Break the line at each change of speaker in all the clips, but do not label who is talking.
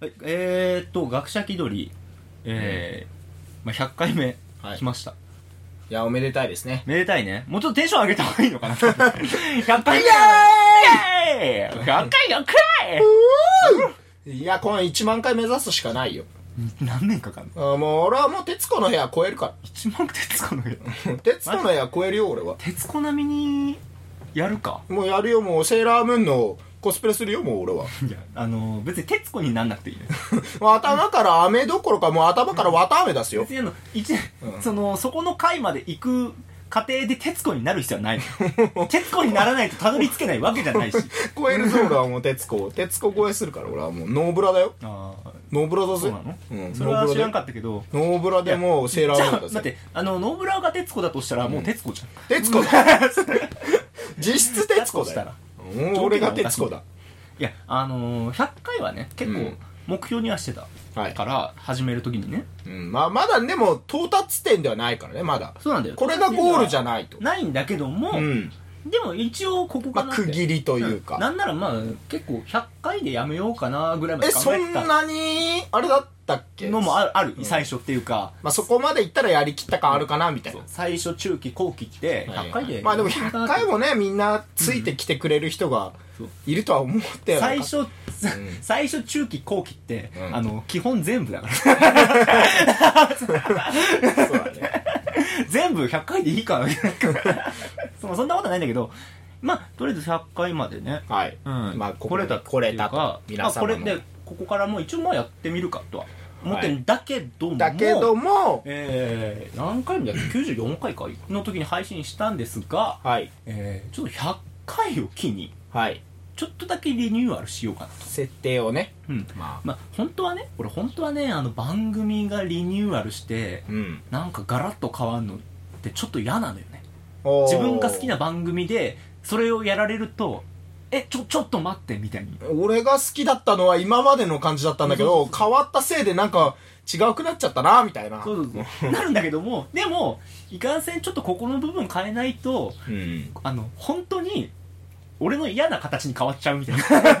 はい、えー、っと、学者気取り、えー、まあ、100回目
はい、
来ました、
いや、おめでたいですね。
めでたいね。もうちょっとテンション上げた方がいいの かな ?100 回目イエーイ !100 回 !100
いや、この1万回目指すしかないよ。
回何年かかんの
あもう、俺はもう、徹子の部屋超えるか
?1 万徹子の部屋。
ら。徹子の部屋超えるよ、俺は。
徹子並みに、やるか
もうやるよ、もう、セーラームーンのコスプレするよ、もう 俺は。
いや、あの別に徹子になんなくていい ね。
もう頭から飴どころか、もう頭から綿飴出すよ
別。にあの、一
うん
その、そこの回まで行く過程で徹子になる必要はないの。徹子にならないとたどり着けないわけじゃない し。
超えるぞ、俺はもう、徹子を。徹子超えするから、俺はもう、ノーブラだよ。
ああ、
ノーブラだぜ。
そうなの、
うん、
それは
ノー
知
ブ
ら
ラ
ん
だ
か
よ。
ったけど、
ノーブラでもう、セーラ
じ
ー
ゃ
ムー
あ
ン、
だ
だ
っ
ぜ。
て、あの、ノーブラが徹子だとしたら、もう徹子じゃん。
徹子 だ。実質徹子
だとし
だ
た
よ
ら。。
もう俺が徹子だ。
いや、あのー、100回はね、結
う
構
ん、
目標にはしてた
はい。
から、始めるときにね。
うん、まあ、まだでも到達点ではないからね、まだ。
そうなんだよ。
これがゴールじゃ
ない。
ないと。
ないんだけども、
うん。
でも一応ここか
まあ、
なって。
区切りというか。
なんならまあ、結構100回でやめようかなぐらいま
え、
で
そ
考え
ん
てた
なに、あれだったっけ
のもある、ある
うん
最初っていうか、
まあ、そこまで行ったらやりきった感あるかな、みたいな。
最初、中期、後期って、
はい
100回で。
まあでも100回もね、みんなついてきてくれる人が
そう
いるとは思って
最初、最初、中期、後期って、
うん
あの、基本全部だから。
そうだね。
全部100回でいいかな そうそんなことはないんだけどまあとりあえず100回までね、
はい。
うん
まあ、こ
来れた
これたと。皆
あこ
様
れ
の
で。ここからもう一応まあやってみるかとは思って
は
んだけども、
だけども、
えー、何回もだっけ94回かの時に配信したんですが、
はい。
えー、ちょっと100回を機に
はい。
ちょっとだけリニューアルしようかなと
設定をね。
うん
まあ。
まあ本当はね俺本当はねあの番組がリニューアルして
うん。
なんかガラッと変わるのってちょっと嫌なのよね自分が好きな番組でそれをやられるとえちょちょっと待ってみたいに
俺が好きだったのは今までの感じだったんだけど、変わったせいでなんか違くなっちゃったな、みたいな。
そうそうそうなるんだけどもでもいかんせんちょっとここの部分変えないと
うん。
あの本当に俺の嫌な形に変わっちゃうみたい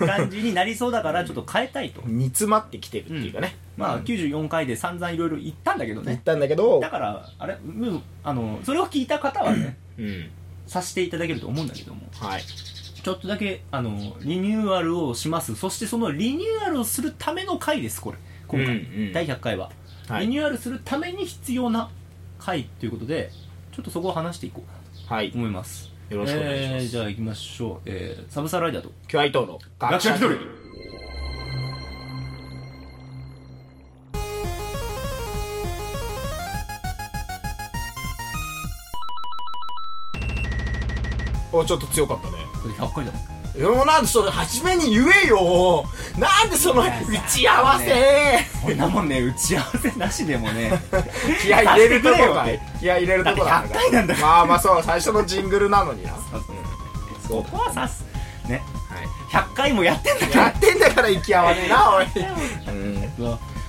な感じになりそうだからちょっと変えたいと、
煮詰まってきてるっていうかね。
ま
う
あ
ん
94回で散々いろいろ言ったんだけど
言っ
ね
たんだけど
だ、からあれうんあのそれを聞いた方は ね
うん。
察していただけると思うんだけども
はい。
ちょっとだけあのリニューアルをしますそしてそのリニューアルをするための回ですこれ今回、
うんうん
第100回は、
は
リ
い。
ニューアルするために必要な回ということでちょっとそこを話していこうかな
は
と
い。
思います
よろしくお願いします
えーじゃあ行きましょう、えーサブサーライダーと
キュアイトの学者一人。お、ちょっと強かったね。
これ100回だもん
いやなんでそれ初めに言えよなんでその打ち合わせ、
こんなもんね打ち合わせなしでも ね
気合い入れるとこかい気合い入れるとこ
だって100回なんだか
まあまあそう最初のジングルなのになは
ここはさすね100回もやってんだ
い
から
やってんだから行き合わねえなおい、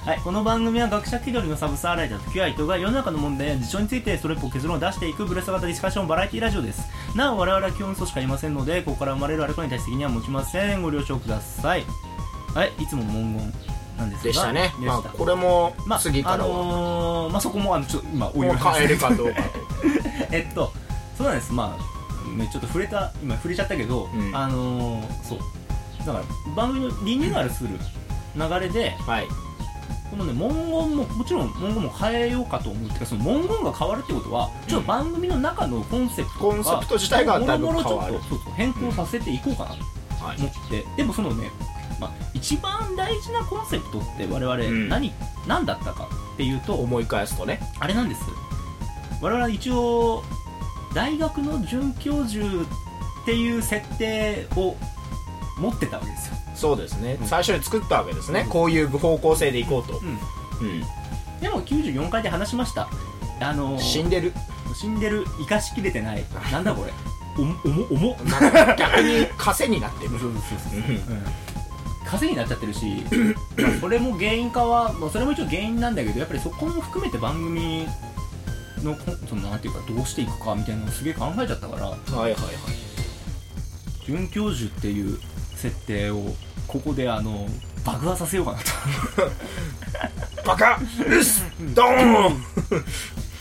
はい、この番組は学者気取りのサブサーライターとキュアイトが世の中の問題や事象についてそれっぽく結論を出していくブレス型ディスカッションバラエティラジオですなお我々は基本嘘しかいませんのでここから生まれるあれこれに対して責任は持ちませんご了承くださいはいいつもの文言なんですが
でしたね
で
まあ
した
これも
まあ
次から
あ
は、
のーまあそこもあのちょっと今おいおい
もう
話
帰るかどうか
えっとそうなんですまあねちょっと触れた今触れちゃったけど、
うん
あのーそうだから番組のリニューアルする流れで、
はい
このね文言ももちろん文言も変えようかと思うっていうかその文言が変わるってことはちょっと番組の中のコンセプトとか
コンセプト自体がだいぶ
もろもろちょっ
変わ
と
る
そうそう変更させていこうかなと
はい
思って、でもそのね、まあ、一番大事なコンセプトって我々
ん
何,、何だったかっていうと
思い返すとね
あれなんです我々は一応大学の准教授っていう設定を持ってたわけですよ、
そうですね、
うん
最初に作ったわけですね、
うん
こういう方向性でいこうと、
う
うん
ん、でも94回で話しましたあのー
死んでる
死んでる生かしきれて ないなんだこれおもおもおも
なんか逆に枷にな ってる
そうそうそう、うん、稼ぎになっちゃってる しまあそれも原因かは、まあ、それも一応原因なんだけどやっぱりそこも含めて番組のこそのなんていうかどうしていくかみたいなのをすげえ考えちゃったから
はいはいはい
准教授っていう設定をここであの爆破させよう かなと
バカうっすドーン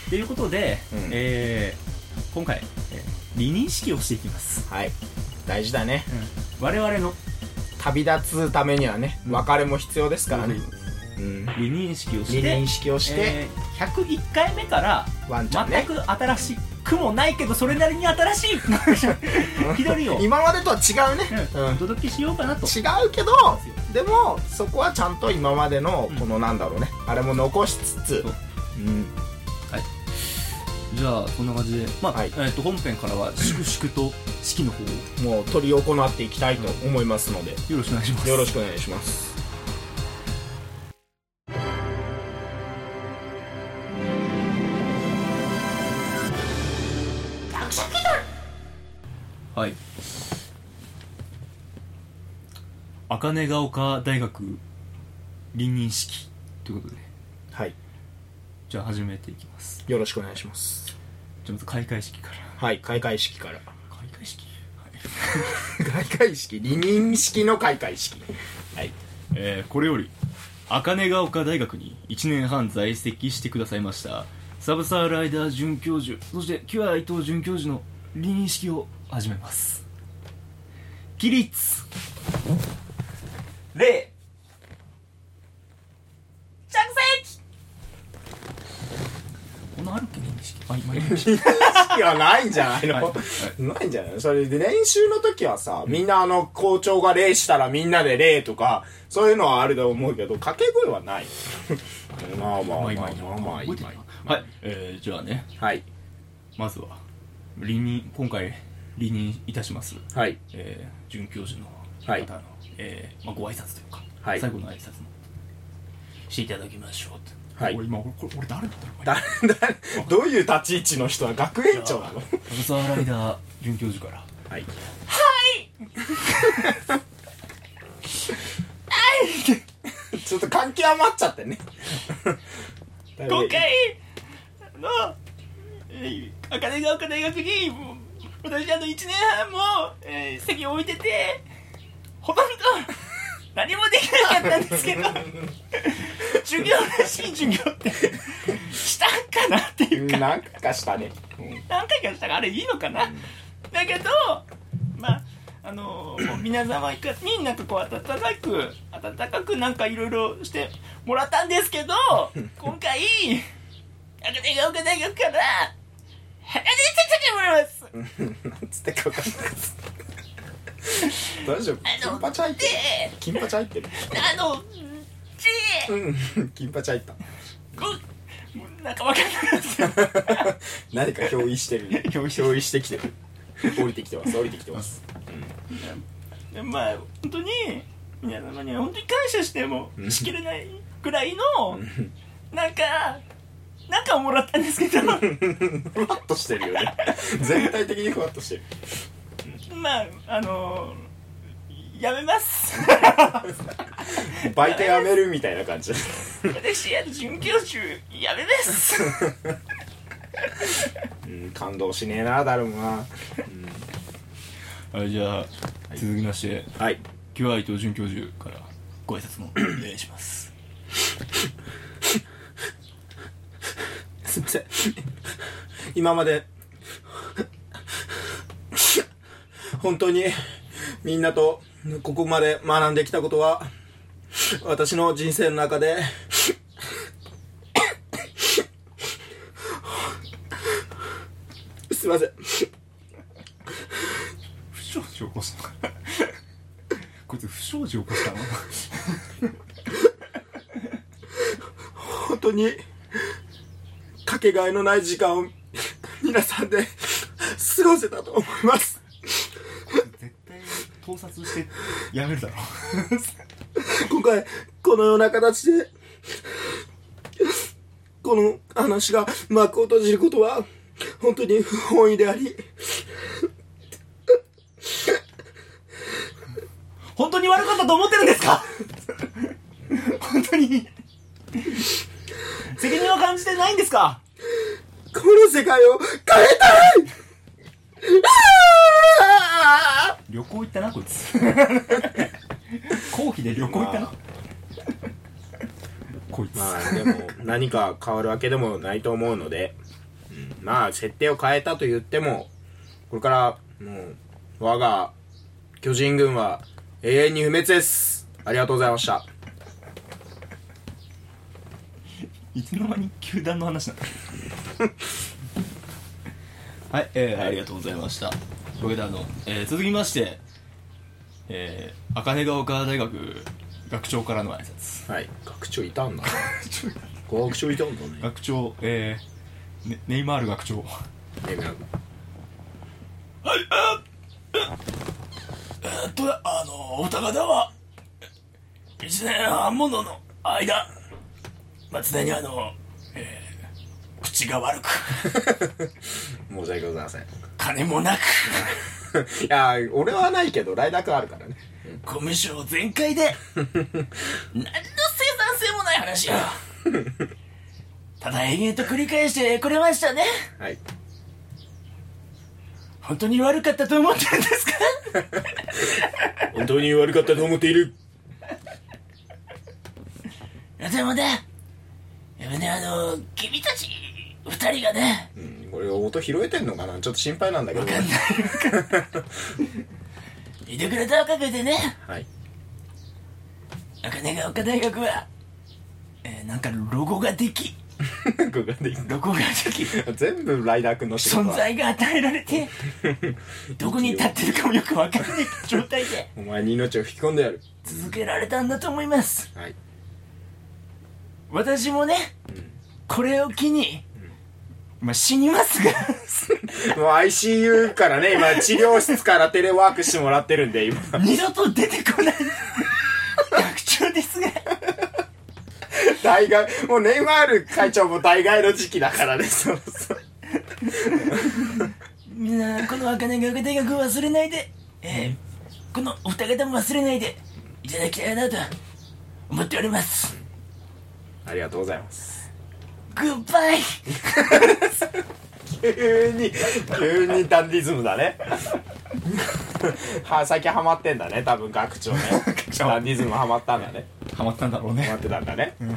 ということで、
うん
えー今回、えー離任式をしていきます、
はい大事だね
我々の
旅立つためにはね
うん
別れも必要ですからね、うん、
離任式をして
離任式をして、
えー101回目から
ワンちゃん
全
ね
く新しくもないけどそれなりに新し い気取りを、
今までとは違うね、
うん
うん
お届けしようかなと
違うけどでもそこはちゃんと今までの
うん
このなんだろうね、あれも残しつつ
そう
うん
じゃあこんな感じで、まあ
はい
えー、と本編からは粛々と式の方を
もう取り行っていきたいと思いますので、
よろしくお願いします
よろしくお願いします
はい茜ヶ丘大学離任式ということで
はい
じゃあ始めていきます
よろしくお願いします
じゃあまず開会式から
はい開会式 から
開会式はい
開会式離任式の開会式はい
えーこれより茜ヶ丘大学に1年半在籍してくださいましたサブサーライダー准教授そしてキュア伊藤准教授の離任式を始めます起立礼着席こんなあるっけ離任式あ今離任式
いやないんじゃないの、
はいはい
ないんじゃないのそれで練習の時はさ、みんなあの校長が礼したらみんなで礼とか、そういうのはあると思うけど、掛け声は ない。まあまあまあまあまあまあ
覚えてるかなはい、えー、じゃあね
はい。
まずは離任今回離任いたします
はい。
えー、准教授の方の、
はい
えーまあ、ご挨拶というか、
はい
最後の挨拶もしていただきましょうって、
はい
俺今俺これ俺誰だったの
だ、だ、どういう立ち位置の人は学園長なの
ブサーライダー准教授から
はい。はいちょっと関係余っちゃってね。
今回のえー茜ヶ丘大学にもう私あと1年半も、えー席を置いててほとんど何もできなかったんです けど授業らしい授業ってしたんかなっていうか
なんかしたね。うん
何回かしたからあれいいのかな、だけどまああのもう皆様になんかこう温かく温かくなんかいろいろしてもらったんですけど今回赤手が丘大学から離れててもらいます
なんつってか分かんないです大丈夫
あの
金八入って
で
る金八入ってる
あので
うん金八入った
こもうなんかわかんないですよ
何か憑依してるね
憑依してる
憑依してきてる降りてきてます降りてきてます
でまあ本当に皆様には本当に感謝しても
うん
しきれないくらいのなんかなんかもらったんですけ ど
ふわっとしてるよね全体的にふわっとしてる
まああのー、やめます
バイトやめるみたいな感じ
私あの準教授やめます
うん感動しねえな誰もな
はいじゃあ続きまして
はい
キュア伊藤准教授からご挨拶もお願いします
すいません 今まで本当にみんなとここまで学んできたことは私の人生の中ですいません
不祥事起こしたの こいつ不祥事起こしたの
本当にかけがえのない時間を皆さんで過ごせたと思います
絶対盗撮してやめるだろ
今回このような形でこの話が幕を閉じることは本当に不本意であり
本当に悪かったと思ってるんですか本当に責任を感じてないんですか
この世界を変えたいああ
旅行行ったなこいつ公費で旅行行ったな、
まあ
こいつ、
まあでも何か変わるわけでもないと思うので、うんまあ設定を変えたと言ってもこれからもう我が巨人軍は永遠に不滅ですありがとうございました
いつの間に球団の話なの はい、えーありがとうございましたというわけであの、えー続きましてえー、茜ヶ丘大学学長からの挨拶
はい学長いたんだね学長いたんだね
学長えーね、ネイマール学長
ねなんか
えっとあのお二方は1年半ものの間、まあ、常にあの、えー口が悪く
申し訳ございませんい
金もなく
や俺はないけどライダー君あるからね
コミュ障全開で何の生産性もない話よただ延々と繰り返してこれましたね
はい
本当に悪かったと思ってるんですか
本当に悪かったと思っている
いやでもねいやねあの君たち二人がね
うんこれ音拾えてんのかなちょっと心配なんだけど
いてくれたおかげでね
はい
茜ヶ丘大学は、えーなんかロゴができ
ここでいい
ロゴができ
全部ライダー君の仕事
存
だ
在が与えられてどこに立ってるかもよくわからない状態で
お前に命を吹き込んでやる
続けられたんだと思います
はい
私もね、これを機に、まあ死にますが
もう ICU からね今治療室からテレワークしてもらってるんで 今
二度と出てこない 学長ですが
大概もうネイマール会長も大概の時期だからねそうそう
みんなこの茜ヶ丘大学を忘れないで、えーこのお二方も忘れないでいただきたいなと思っております
ありがとうございます
グッバイ
急に急にダンディズム だねは最近ハマってんだね多分学長ねダンディズムハマったんだね
ハマったんだろう
ハ
ね
マってたんだねも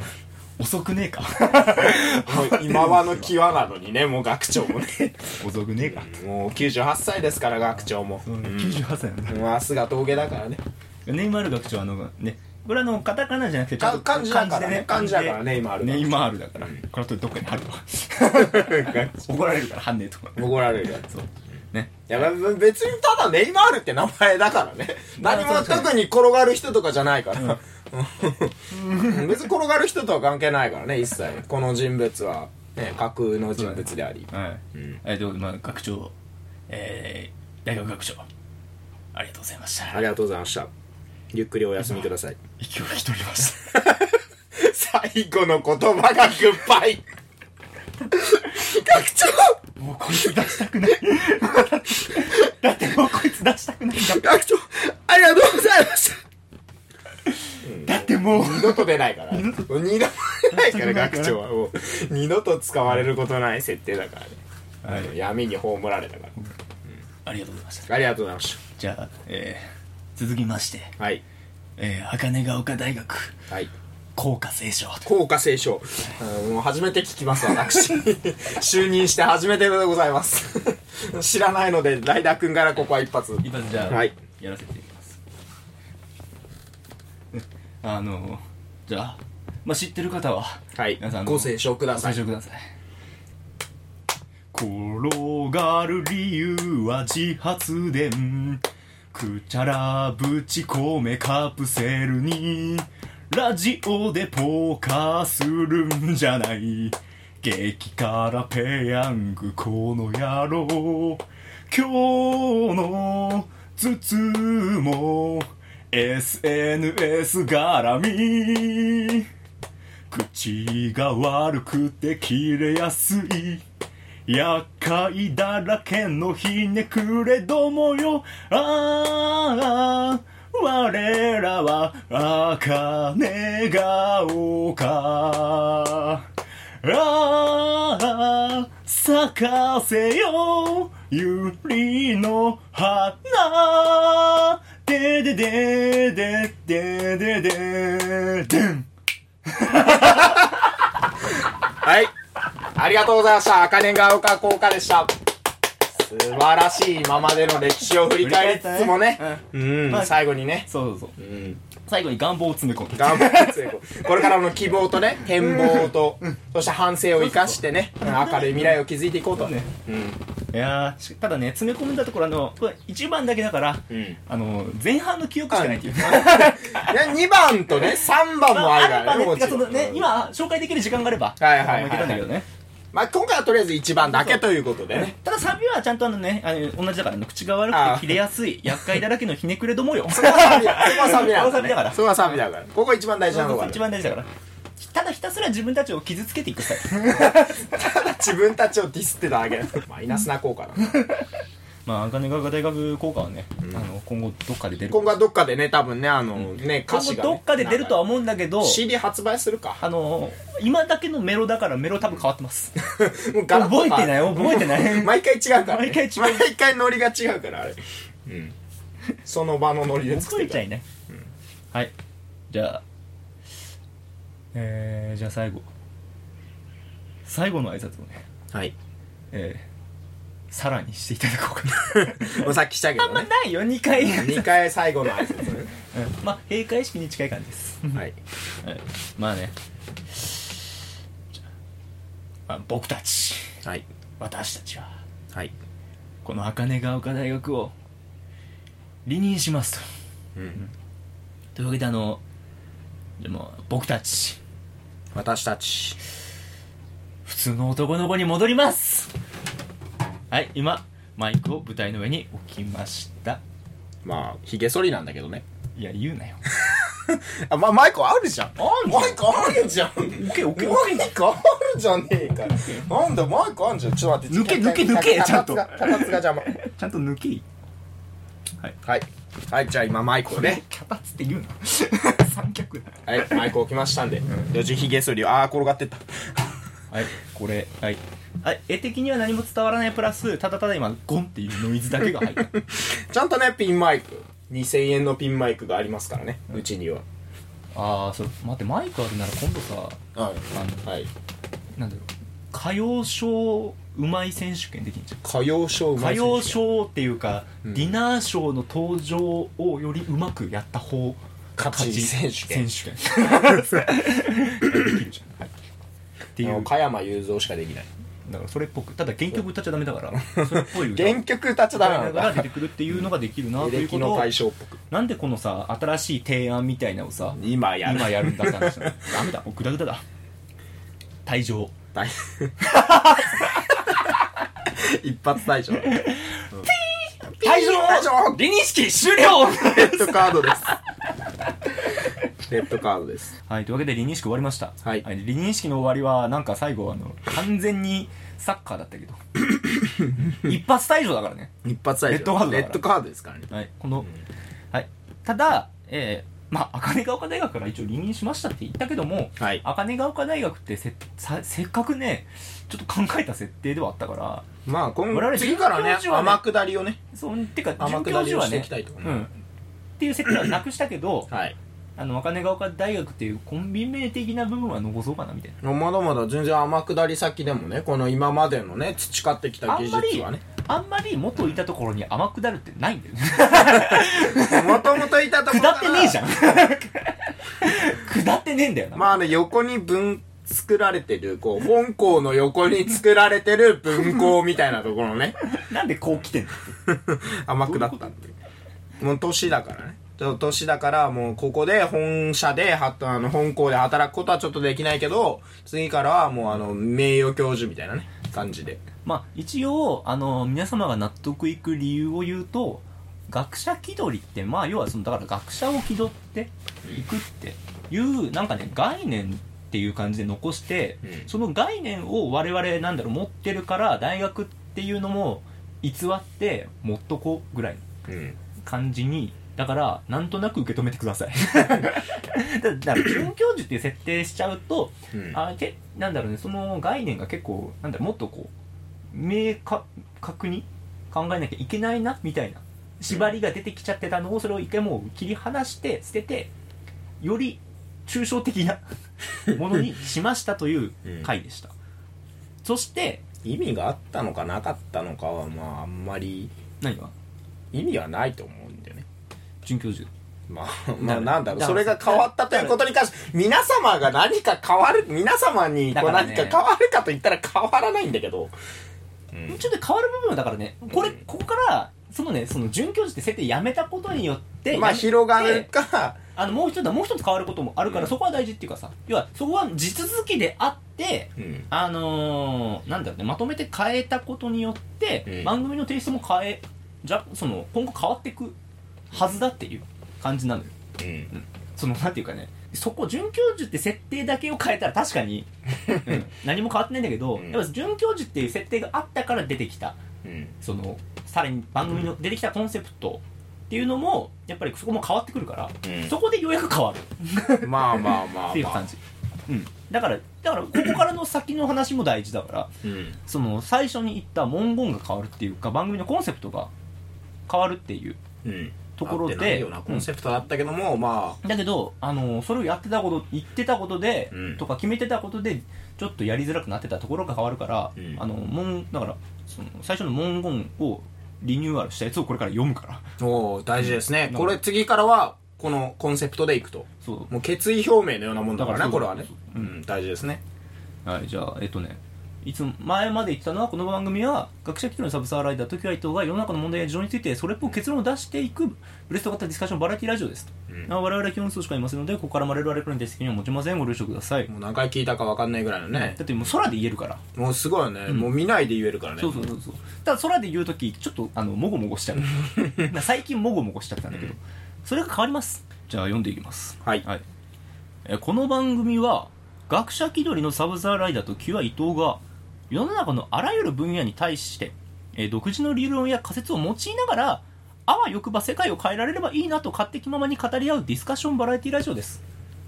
遅くねえか
う今はの際なのにねもう学長もね
遅くねえか、
もう98歳ですから学長も、
そう
も
ね98歳なんだ
う明日が峠だ からね
ネイマール学長はあのねこれあのカタカナじゃなくて
か漢字だからね漢字だから
ね
ね今ある
ネイマールだから、これとどっかに貼るわ怒られるから貼んねえとか
怒られるやつ
そうね
いや別にただネイマールって名前だから ね何も特に転がる人とかじゃないから、うん別に転がる人とは関係ないからね一切この人物は、ね、架空の人物であり
はい、えっとまあ学長えー、大学学長ありがとうございました
ありがとうございましたゆっくりお休みください
息を引き取りました
最後の言葉がグッバイ 学長
もうこいつ出したくないだってもうこいつ出したくないんだ
学長ありがとうございました
だってもう
二度と出ないから二度と出ないから学長はもう二度と使われることない設定だから
は
ね、
い
うん闇に葬られたか
ありがとうございました
らありがとうございまし
じゃあえー、続きまして
たはい
えー、茜ヶ丘大学
はい
校歌聖書
効果聖書あのもう初めて聞きます私 就任して初めてでございます 知らないのでライダー君からここは一発
一発じゃあ、
はい
やらせていきますあのじゃあ、まあ、知ってる方は
はい
皆さんあの
ご聖書くだ
ご参
さい
照ください転がる理由は自発電くちゃらぶち込めカプセルにラジオでポーカーするんじゃない激辛ペヤングこの野郎今日の頭痛も SNS 絡み口が悪くて切れやすい厄介だらけのひねくれどもよああ我らは茜が丘ああ咲かせよゆりの花ででででででででん
あはい。ありがとうございました。茜が丘効果でした。素晴らしい今までの歴史を振り返りつつもね。うん、
まあ
最後にね。
そうそうそう
うん。
最後に願望を詰め込んで
頑張って成功これからの希望とね、展望と、そして反省を生かしてね、うん明るい未来を築いていこうと。
ね
うん。
いやーしただね詰め込んだところあのこれ1番だけだから、
うん
あの前半の記憶しかないっていう、
2番とね、3番もあ るから
ね
ね、もち
そ
ろ
のね
ん。
今紹介できる時間があれば
はいはいはいはい
まあけたんだけどね
まあ今回はとりあえず1番だけということでね。
ただサビはちゃんとあのねあの同じだからね口が悪く
あー
て切れやすい厄介だらけのひねくれどもよ
そこはサビだそこはサ
そこはサ
ビだ
ビだから
そこはサビだから。ここ一番 大事なのがある
一。番大事だからただひたすら自分たちを傷つけていくスタイル
ただ自分たちをディスってただけだ。マイナスな効果だ な。
まあ、茜川大学効果はね、あの今後どっかで出る
今後はどっかでね、多分ね、あの、ね、歌
今
詞
後
がね、
どっかで出るとは思うんだけど
CD 発売するか。
あの今だけのメロだからメロ多分変わってます
もうガラッと
覚えてない覚えてない
毎回違うから、
毎
ね。
回違う
毎回ノリが違うから、あれ。うん。その場のノリで作
覚
っ
え
て
ちゃいない、はいじゃあえー、じゃあ最後最後の挨拶をね
はい。
えー、さらにしていただこうかな
もうさっきしたけ
あ
ど
んま
ね。
ないよ2回、
2回最後の挨拶ね。
まあ閉会式に近い感じです
はい。
はいまあねじゃああ僕たち
はい。
私たちは
はい。
この茜ヶ丘大学を離任しますと
うん。
というわけであのでも僕たち
私たち。
普通の男の子に戻りますはい今マイクを舞台の上に置きました
まあ、髭剃りなんだけどね。
いや言うなよ
あ、まあ、マイクあるじゃん。
あんじゃん
マイクあるじゃん。
置け置け
マイクあるじゃねえかよなんだマイクあるじゃんちょっと待って
抜け抜け抜けちゃんと
脚立が邪魔
ちゃんと抜けい
はいはいじゃあ今マイクをね
脚立って言うな 三脚だ
はいマイク置きましたんでよちひげ剃りああ転がってった
はいこれはいはい、絵的には何も伝わらないプラスただただ今ゴンっていうノイズだけが入 った
ちゃんとねピンマイク2000円のピンマイクがありますからねうちには
ああそう待ってマイクあるなら今度さ
は
あの
い、はい、
なんだろう歌謡賞うまい選手権できんじゃん
歌謡ショー
歌謡シ
ョ
ョーっていうか、ディナーショーの登場をよりうまくやった方
勝ち選手権
選 手権できるじゃん、はい、ってい
ー
う
加山雄三しかできない
だからそれっぽくただ原曲歌っちゃダメだからそれっぽい歌
原曲歌っちゃダメな
だ
ん
から出
だ
てくるっていうのができるなと
履
いうこ
歴
と
の
を
対象っぽく
なんでこのさ新しい提案みたいなのをさ
今やる
今やるんだって話なのダメだもうグダグダだ退場
大 一発退場退場退場
離任式終了
レッドカードですレッドカードです
はい、というわけで離任式終わりました。
はい
離任式の終わりは、なんか最後、あの、完全にサッカーだった けど。一発退場だからね。
一発退場
レッドカードだから
レッドカードですからね
はい、この、はい。ただ、えー、まあ、茜ヶ丘大学から一応離任しましたって言ったけども、
はい
茜ヶ丘大学ってせさせっかくね、ちょっと考えた設定ではあったから、
まあ今
我々
後次からね
准教授はね
天下りをね
そう、てか、
天
准教
下り
授
を
は
してい
ね
き、たいと思い
うん。っていう設定はなくしたけど、
はい
あの、茜ヶ丘大学っていうコンビ名的な部分は残そうかな、みたいな。
まだまだ全然天下り先でもねこの今までのね培ってきた
あ
技
んま
術
り
はね、
あんまり元いたところに甘くなるってないんだよね。
もともといたところ
下
から
ってねえじゃん。下ってねえんだよな。
まあね横に文作られてるこう本校の横に作られてる文校みたいなとこ ろね
なんでこう来てんの
甘くだったっていうもう年だからねちょっと年だからもうここで本社ではあの本校で働くことはちょっとできないけど次からはもうあの名誉教授みたいなね感じで
まあ、一応、あの、皆様が納得いく理由を言うと、学者気取りって、まあ、要はその、だから学者を気取っていくっていう、なんかね、概念っていう感じで残して、
うん
その概念を我々、なんだろう、持ってるから、大学っていうのも偽って持っとこうぐらいの
うん
感じにだからなんとなく受け止めてく ださいだだから准教授っていう設定しちゃうと
うん
あけなんだろうねその概念が結構なんだろうもっとこう明確確に考えなきゃいけないなみたいな縛りが出てきちゃってたのをそれを一回もう切り離して捨てて より抽象的なものにしましたという回でした、そして
意味があったのかなかったのかはまああんまり
何が
意味はないと思うんだよね
准教授
まあ、まあ、なんだ
だか
ろう
ら
それが変わったということに関して皆様が何か変わる皆様にこう
だから
何
ね
か変わるかと言ったら変わらないんだけど
ちょっと変わる部分はだからねこれ、
うん
ここからそのねその准教授って設定やめたことによって
まあ
やめて
広がるか
あのもう一つもう一つ変わることもあるから、
うん
そこは大事っていうかさ要はそこは地続きであって
うん
あのー、なんだろうねまとめて変えたことによって、
うん
番組のテイストも変えじゃその今後変わっていくはずだっていう感じなのよ
うん
そのなんていうかねそこ准教授って設定だけを変えたら確かに、 うん何も変わってないんだけど、
うん
やっぱ准教授っていう設定があったから出てきた
うん
そのさらに番組の出てきたコンセプトっていうのもやっぱりそこも変わってくるから、
うん
そこでようやく変わる
まあまあま
っ
あ
ていう
まあ
感じ、うん、だからだからここからの先の話も大事だから
うん
その最初に言った文言が変わるっていうか番組のコンセプトが変わるっていう
うん
ところで
合ってないようなコンセプトだったけどもま
だけど、あのそれをやってたこと言ってたことで、
うん
とか決めてたことでちょっとやりづらくなってたところが変わるから、
うん
あの文だからその最初の文言をリニューアルしたやつをこれから読むから
あおー大事ですね
うん
これ次からはこのコンセプトでいくと
そ
もう決意表明のようなもんだから
だ
ね
か
これ
ら
は
そう
ね
う
うんん大事ですね
うはいじゃあえっとねいつも前まで言ってたのはこの番組は学者気取りのサブサーライダー時は伊藤が世の中の問題や事情についてそれっぽく結論を出していくブレスト型ディスカッションバラエティラジオですと、
うん
あ我々基本数しかいませんのでここから我々はレプロに責任は持ちませんご了承ください
もう何回聞いたか分かんないぐらいのね
だってもう空で言えるから
もうすごいよね、もう見ないで言えるからね
そうそうそうそうただ空で言う時ちょっとあのもごもごしちゃうな 最近もごもごしちゃったんだけど、それが変わりますじゃあ読んでいきます
はい
えーこの番組は学者気取りのサブザーライダーとキュア伊藤が世の中のあらゆる分野に対して、えー独自の理論や仮説を用いながらあわよくば世界を変えられればいいなと勝手気ままに語り合うディスカッションバラエティラジオです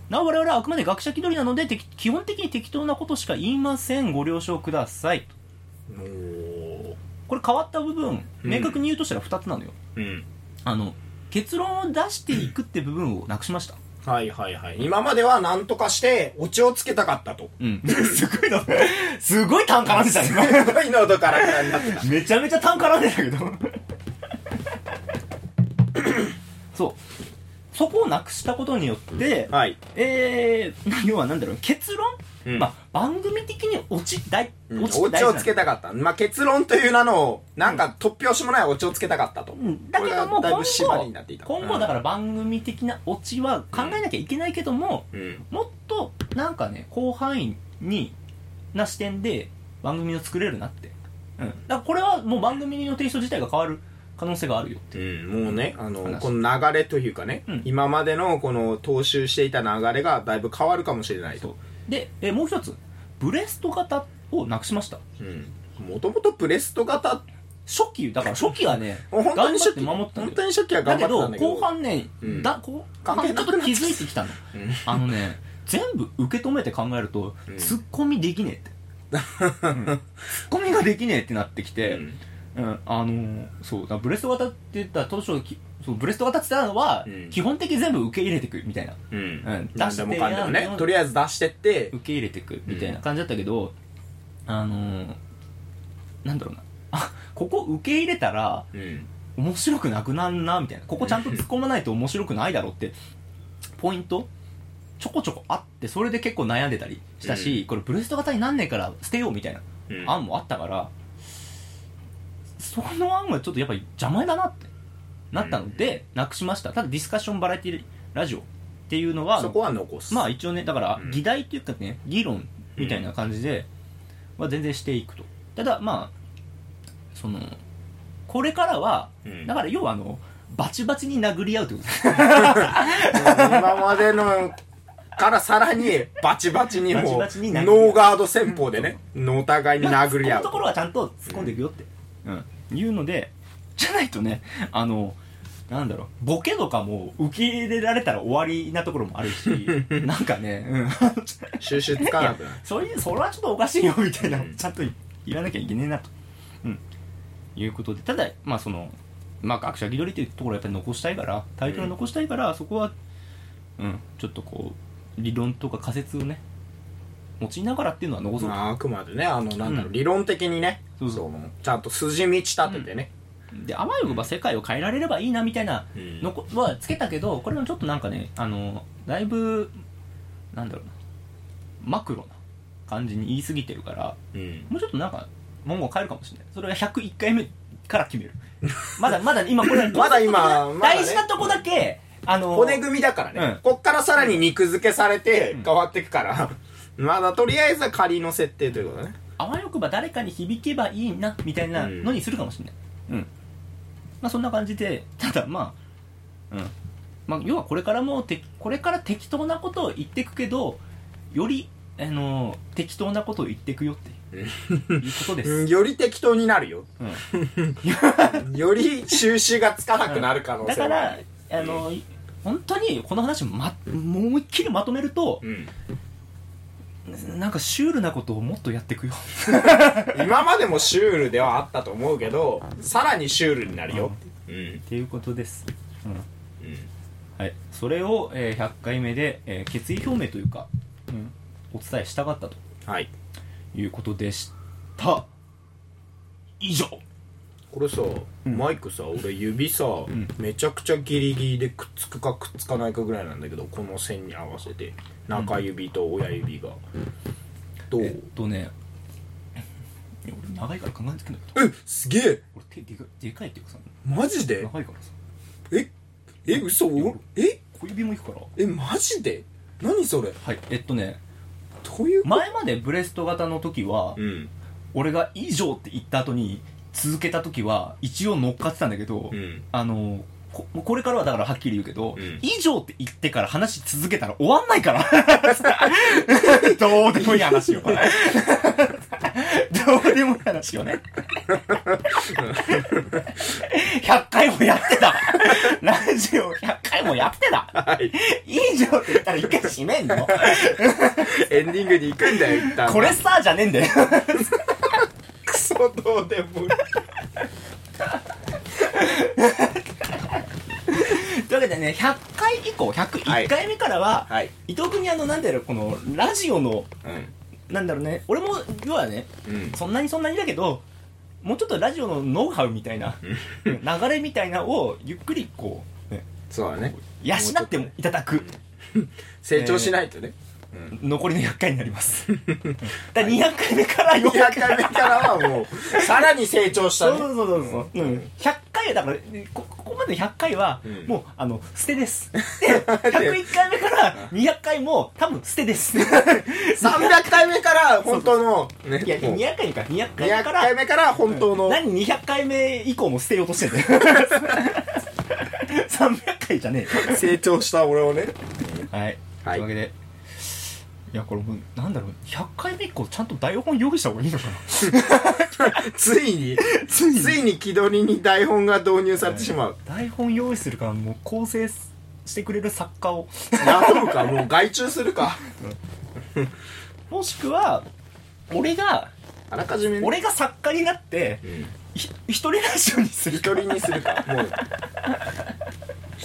なお我々はあくまで学者気取りなのでてき基本的に適当なことしか言いませんご了承ください
おー
これ変わった部分
うん
明確に言うとしたら2つなのよ、
うん
あの結論を出していくって部分をなくしました
はいはいはい今までは何とかしてオチをつけたかったと
うん すごいなすごい単価なんでた今
すごいのどからかになって た
めちゃめちゃ単絡んでたけど そうそこをなくしたことによって、
はい
えー、要はなんだろう結論、
うん
まあ、番組的に落ち大
うん
落ち
オ
大
チ
事
を
な
つけたかった、まあ、結論という名のなんか突拍子もないオチをつけたかったと、
うんだけども
これがだい
今
ぶ縛りになってい
後
た
今後だから番組的なオチは考えなきゃいけないけども、
うん
もっとなんかね広範囲にな視点で番組を作れるなって、うん、だからこれはもう番組のテイスト自体が変わる可能性があるよ
うん、もうねあの
話
この流れというかね、
うん
今までのこの踏襲していた流れがだいぶ変わるかもしれないと
で、えーもう一つブレスト型をなくしました
もともとブレスト型
初期だから初期は ね
本当に初
頑張っ
期
て守
本
った
当に初期は
だ
頑張
け
って
ど
たんだけど
後半ね、
うん
だ後
関
半ち
係
ょ
な
っ
く
と
なっ
気づいてきたの
うん
あのね全部受け止めて考えると、
うん
ツッコミでき ねえって、うんツッコミができねえってなってきて、
うん
うん、あのーそうだからブレスト型って言ったら当初きそうブレスト型って言ったのは、
うん
基本的に全部受け入れてくみたいな
うん
出してや
何でもかんでも
なんで
ね
も
とりあえず出してって
受け入れてくみたいな感じだったけど、あのーなんだろうなあここ受け入れたら
うん
面白くなくなんなみたいなここちゃんと突っ込まないと面白くないだろうってポイントちょこちょこあってそれで結構悩んでたりしたし、これブレスト型になんねえから捨てようみたいな
うん
案もあったから、その案がちょっとやっぱり邪魔だなってなったので、なくしましたただディスカッションバラエティラジオっていうのは
そこは残す
まあ一応ねだから
うん
議題というかね議論みたいな感じでは全然していくとただまあそのこれからは
うん
だから要はあのバチバチに殴り合うってことです
今までのからさらにバチバチにもう
バチバチに殴り合う
ノーガード戦法でね、のお互いに殴り
突っ込
合
むとこ
う
ろはちゃんと突っ込んでいくよって、うんいうのでじゃないとねあのなんだろうボケとかも受け入れられたら終わりなところもある しなんかね、うん、
収集つかなくなる
それそれはちょっとおかしいよみたいな、
うん
ちゃんと言わなきゃいけねえなと、うん、いうことでただまあその、まあ、学者気取りっていうところはやっぱり残したいからタイトルは残したいから、そこは、うん、ちょっとこう理論とか仮説をね持ちながらっていうのは 残そうと
まあ、あくまでね、あの、なんだ
う
ろう、
ん
理論的にね、
そうそう
のちゃんと筋道立ててね。
であわよくば世界を変えられればいいなみたいな
うん
のこはつけたけどこれもちょっとなんかねあのだいぶなんだろうなマクロな感じに言い過ぎてるから
うん。
もうちょっとなんか文言を変えるかもしれないそれは101回目から決めるまだまだ今これ
まだ
ここ
今まだね
大事なとこだけ、あの
骨組みだからね、
うん
こっからさらに肉付けされて
うん
変わってくから、 まだとりあえずは仮の設定ということね。
あわよくば誰かに響けばいいなみたいなのにするかもしれないうん、まあそんな感じでただまあうんまあ要はこれからもてこれから適当なことを言ってくけどよりあの適当なことを言ってくよっていういうことです、
うんより適当にな るよ。
うん、
より収拾がつかなくなる可能
だ
性
か
はあ
ら
る。
あの、本当にこの話を、ま、思いっきりまとめると、
うん
なんかシュールなことをもっとやってくよ
今までもシュールではあったと思うけど、さらにシュールになるよ。うん。
っていうことです、うん
うん
はい、それを、えー100回目で、えー決意表明というか、うん、お伝えしたかったと
はい。
いうことでした以上
これさ、
ん
マイクさ俺指さ、
ん
めちゃくちゃギリギリでくっつくかくっつかないかぐらいなんだけどこの線に合わせて中指と親指が、どう
えっとねいや俺長いから考えつけないけど
えすげえ
俺手でかでかいっていうかさ
マジで
長いからさ
ええ嘘おえ
小指もいくから
えマジで何それ
はいえっとね
どういう
前までブレスト型の時は、
うん
俺が「以上」って言った後に続けた時は一応乗っかってたんだけど、
うん
あのこもうこれからはだからはっきり言うけど、
うん
以上って言ってから話し続けたら終わんないから どうでもいい話よ どうでもいい話よね100回もやってたラジオ100回もやってた
はい
以上って言ったら一回閉めんの
エンディングに行くんだよ一旦
これさじゃねえんだよ
クソどうでもいい
というわけでね100回以降101回目からは、
はい
伊藤君にあのなんだろうこのラジオの
う
なんだろうね俺も要はね
んうん
そんなにそんなにだけどもうちょっとラジオのノウハウみたいな流れみたいなをゆっくりこう、ね、
そうだね
養ってもいただく
成長しないとね、
残りの100回になります だから200回目から400
200
回
回目からはもうさらに成長した
そう
ね
そうそうそうそう、うん、100回はだからこここまで100回は、
うん
もうあの捨て ですで101回目から200回も多分捨て です
300回目から本当の、ね、
いや、
もう
200回か、200
200
回から、
回目から本当の、
何200回目以降も捨てようとしてんだ よ。300回じゃねえよ
成長した俺をね。
はい。
はい
というわけで、いや、これもう、なんだろう、100回目以降、ちゃんと台本用意した方がいいのかな。
ついに、 ついに気取りに台本が導入されてしまう。
台本用意するから、もう構成してくれる作家を、
雇うか、もう外注するか。
もしくは、俺が、
あらかじめね。
俺が作家になって、
うん
ひ一人ラジオにす
一
る
人にするか、もう。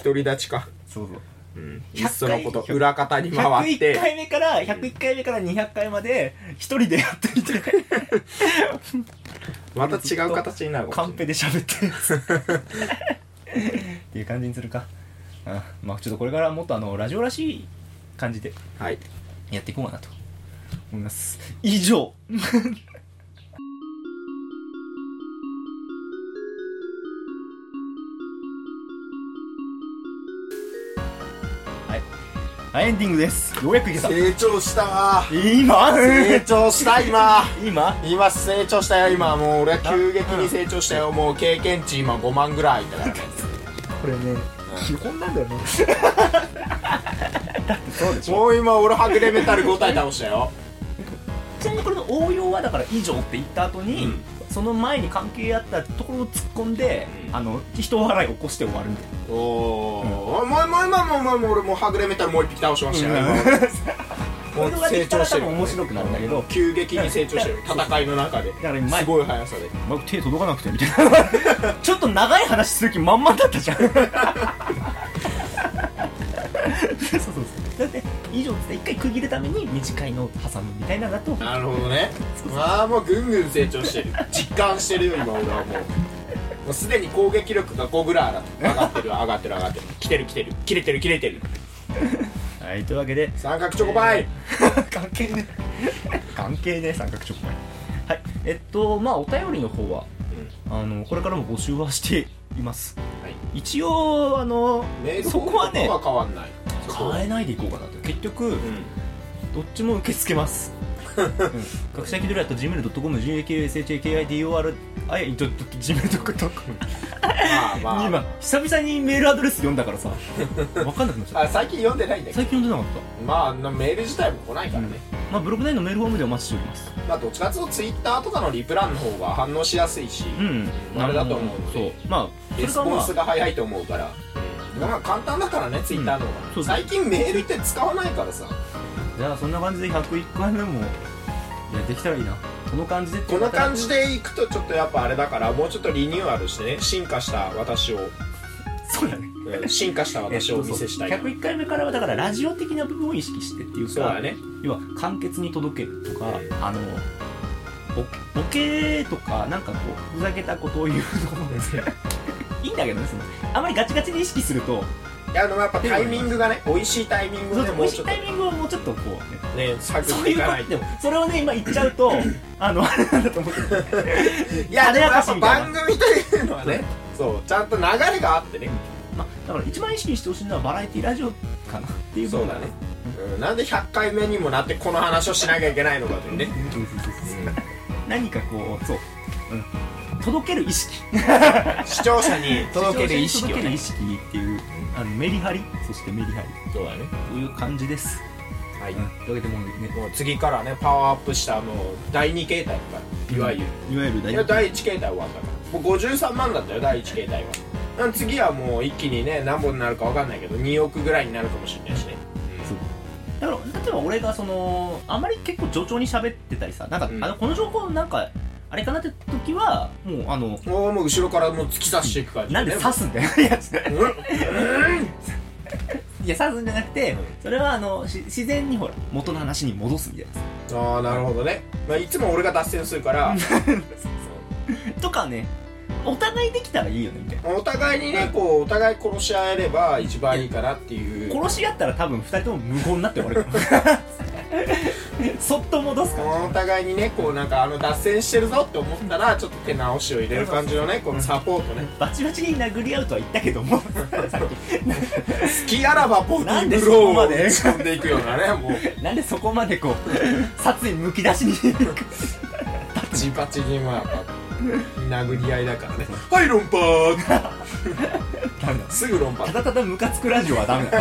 独り立ちか。
そうそう。
うん。
100
いっそのこと、
回
裏方に回っ
101
て、
回目から101回目から200回まで一人でやってみて
また違う形になるか
カ
も
ン
し
ペ
れ
で喋ってる っていう感じにするかあまあちょっとこれからもっとあのラジオらしい感じで
ない。はい。
やっていこうかなと思います以上はいはいエンディングですようやくいけた
成長したわ。
今
成長した、今。
今
今成長したよ今もう俺は急激に成長したよもう経験値今5万ぐらいだから
これね基本なんだよねだってそうでしょ
もう今俺はぐれメタル5体倒したよ
ちなみにこれの応用はだから「以上」って言った後に、
うん
その前に関係あったところを突っ込んで、
うん
あの人笑いを起こして終わるみたいな
おおもうもうもうもうもうもう俺もうはぐれメタルもう一匹倒しましたよ 今
これ
もう
がで
成
きた
長
ら
し
多
てる
分面白くなるんだけど、
急激に成長してる戦いの中で
から今
すごい速さで
ま手届かなくてみたいな ちょっと長い話する気満々だったじゃんそうそうそうだって以上っつって一回区切るために短いのを挟むみたいなのだと
なるほどねまあもうぐんぐん成長してる実感してるよ今俺はもうもうすでに攻撃力が5ぐらい上がってる上がってる上がってる来てる来てる切れてる切れてる
はいというわけで
三角チョコパイ、
関係ね関係ね三角直前はいえっとまあお便りの方はあのこれからも募集はしています
はい
一応あの
メール
そこはね
フォームと変わんないそこは
変えないでいこうかなと結局どっちも受け付け ます、うん、学者気取りやった gmail.com gakshakidor あいやちょっと gmail.com
うん、まあま
今
あ
久々にメールアドレス読んだからさ分かんなくなっちゃっ
あ最近読んでないんだ
た
けど
最近読んでなかっ
まあメール自体も来ないからね、
た、まあ、ブログ内のメールフォームでお待ちしております
まあどっちかっていうとツイッターとかのリプランの方が反応しやすいし、
うん
あれだと思うので
そうまあそれ
レス
が
ポ
ま
ン
あ
スが早いと思うから、まあ簡単だからねツイッターの方が、
そうそう
最近メールって使わないからさ
じゃあそんな感じで101回目もいやできたらいいなこの感じでって
この感
じ
じでいくとちょっとやっぱあれだからもうちょっとリニューアルしてね進化した私を、
そうだね
うん進化した私をお見せしたいな
101回目からはだからラジオ的な部分を意識してっていうか
そうだね
要は簡潔に届けるとか、
ええ
あのボボケとかなんかこうふざけたことを言うと思うんですよ いいんだけどねそのあまりガチガチに意識すると
いやでもやっぱタイミングがね美味しいタイミング
そう
で
そう
も
美
う
味し
ちょ
い
っと
タイミングをもうちょっとこうね
ね探
そ
っ
う
て
い
いう
こ
かない
と
と
でもそれをね今言っちゃうと あのあれなんだと思うけど
いやでもやっぱ
種明かし
番組というのはねそうちゃんと流れがあってね
まあだから一番意識してほしいのはバラエティラジオかなっていう
そうだね、うん、なんで100回目にもなってこの話をしなきゃいけないのかというね、
うん何かこうそう、うん、届ける意識
視聴者に届ける意識を
届ける
ね
意識っていうあのメリハリそしてメリハリ
そうだね
という感じです
はい、
というわけでもうね
もう次からねパワーアップしたもう第2形態とかいわゆる、
いわゆる
い
大
や
丈
第1形態終わったからもう53万だったよ第1形態はなん次はもう一気にね何本になるか分かんないけど2億ぐらいになるかもしれないしね、
だから例えば俺がそのあまり結構冗長に喋ってたりさなんか、
うん
あのこの情報なんかあれかなって時はもうあの
おおもう後ろからもう突き刺していく感じ
なんで刺
す
すんだよいやつ
うん
いや刺すんじゃなくて
うん
それはあのし自然にほら元の話に戻すみたいな
ああなるほどね、まあ、いつも俺が脱線するから
とかねお互いできたらいいよねみたいな
お互いにねこうお互い殺し合えれば一番いいかなっていう
殺し合ったら多分2人とも無言になって終わるから そっと戻すから
お互いにねこうなんかあの脱線してるぞって思ったらちょっと手直しを入れる感じのねこのサポートね
バチバチに殴り合うとは言ったけどもさっ
好きあらばボディーブローを打ち込んでいくようなねもう
きなんでそこまでこう 殺意むき出しに
パチパチにまあやっぱ殴り合いだからねはい論破
ダメだ
すぐ論破
ただただムカつくラジオはダメだ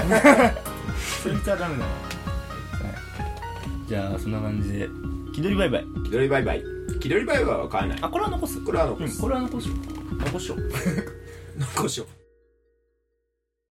そいつはダメだ、はい、じゃあそんな感じで気取りバイバイ
気取りバイバイ気取りバイバイは買えない
あこれは残す
これは残
うん
す
これは残しよう残しよう
残しよう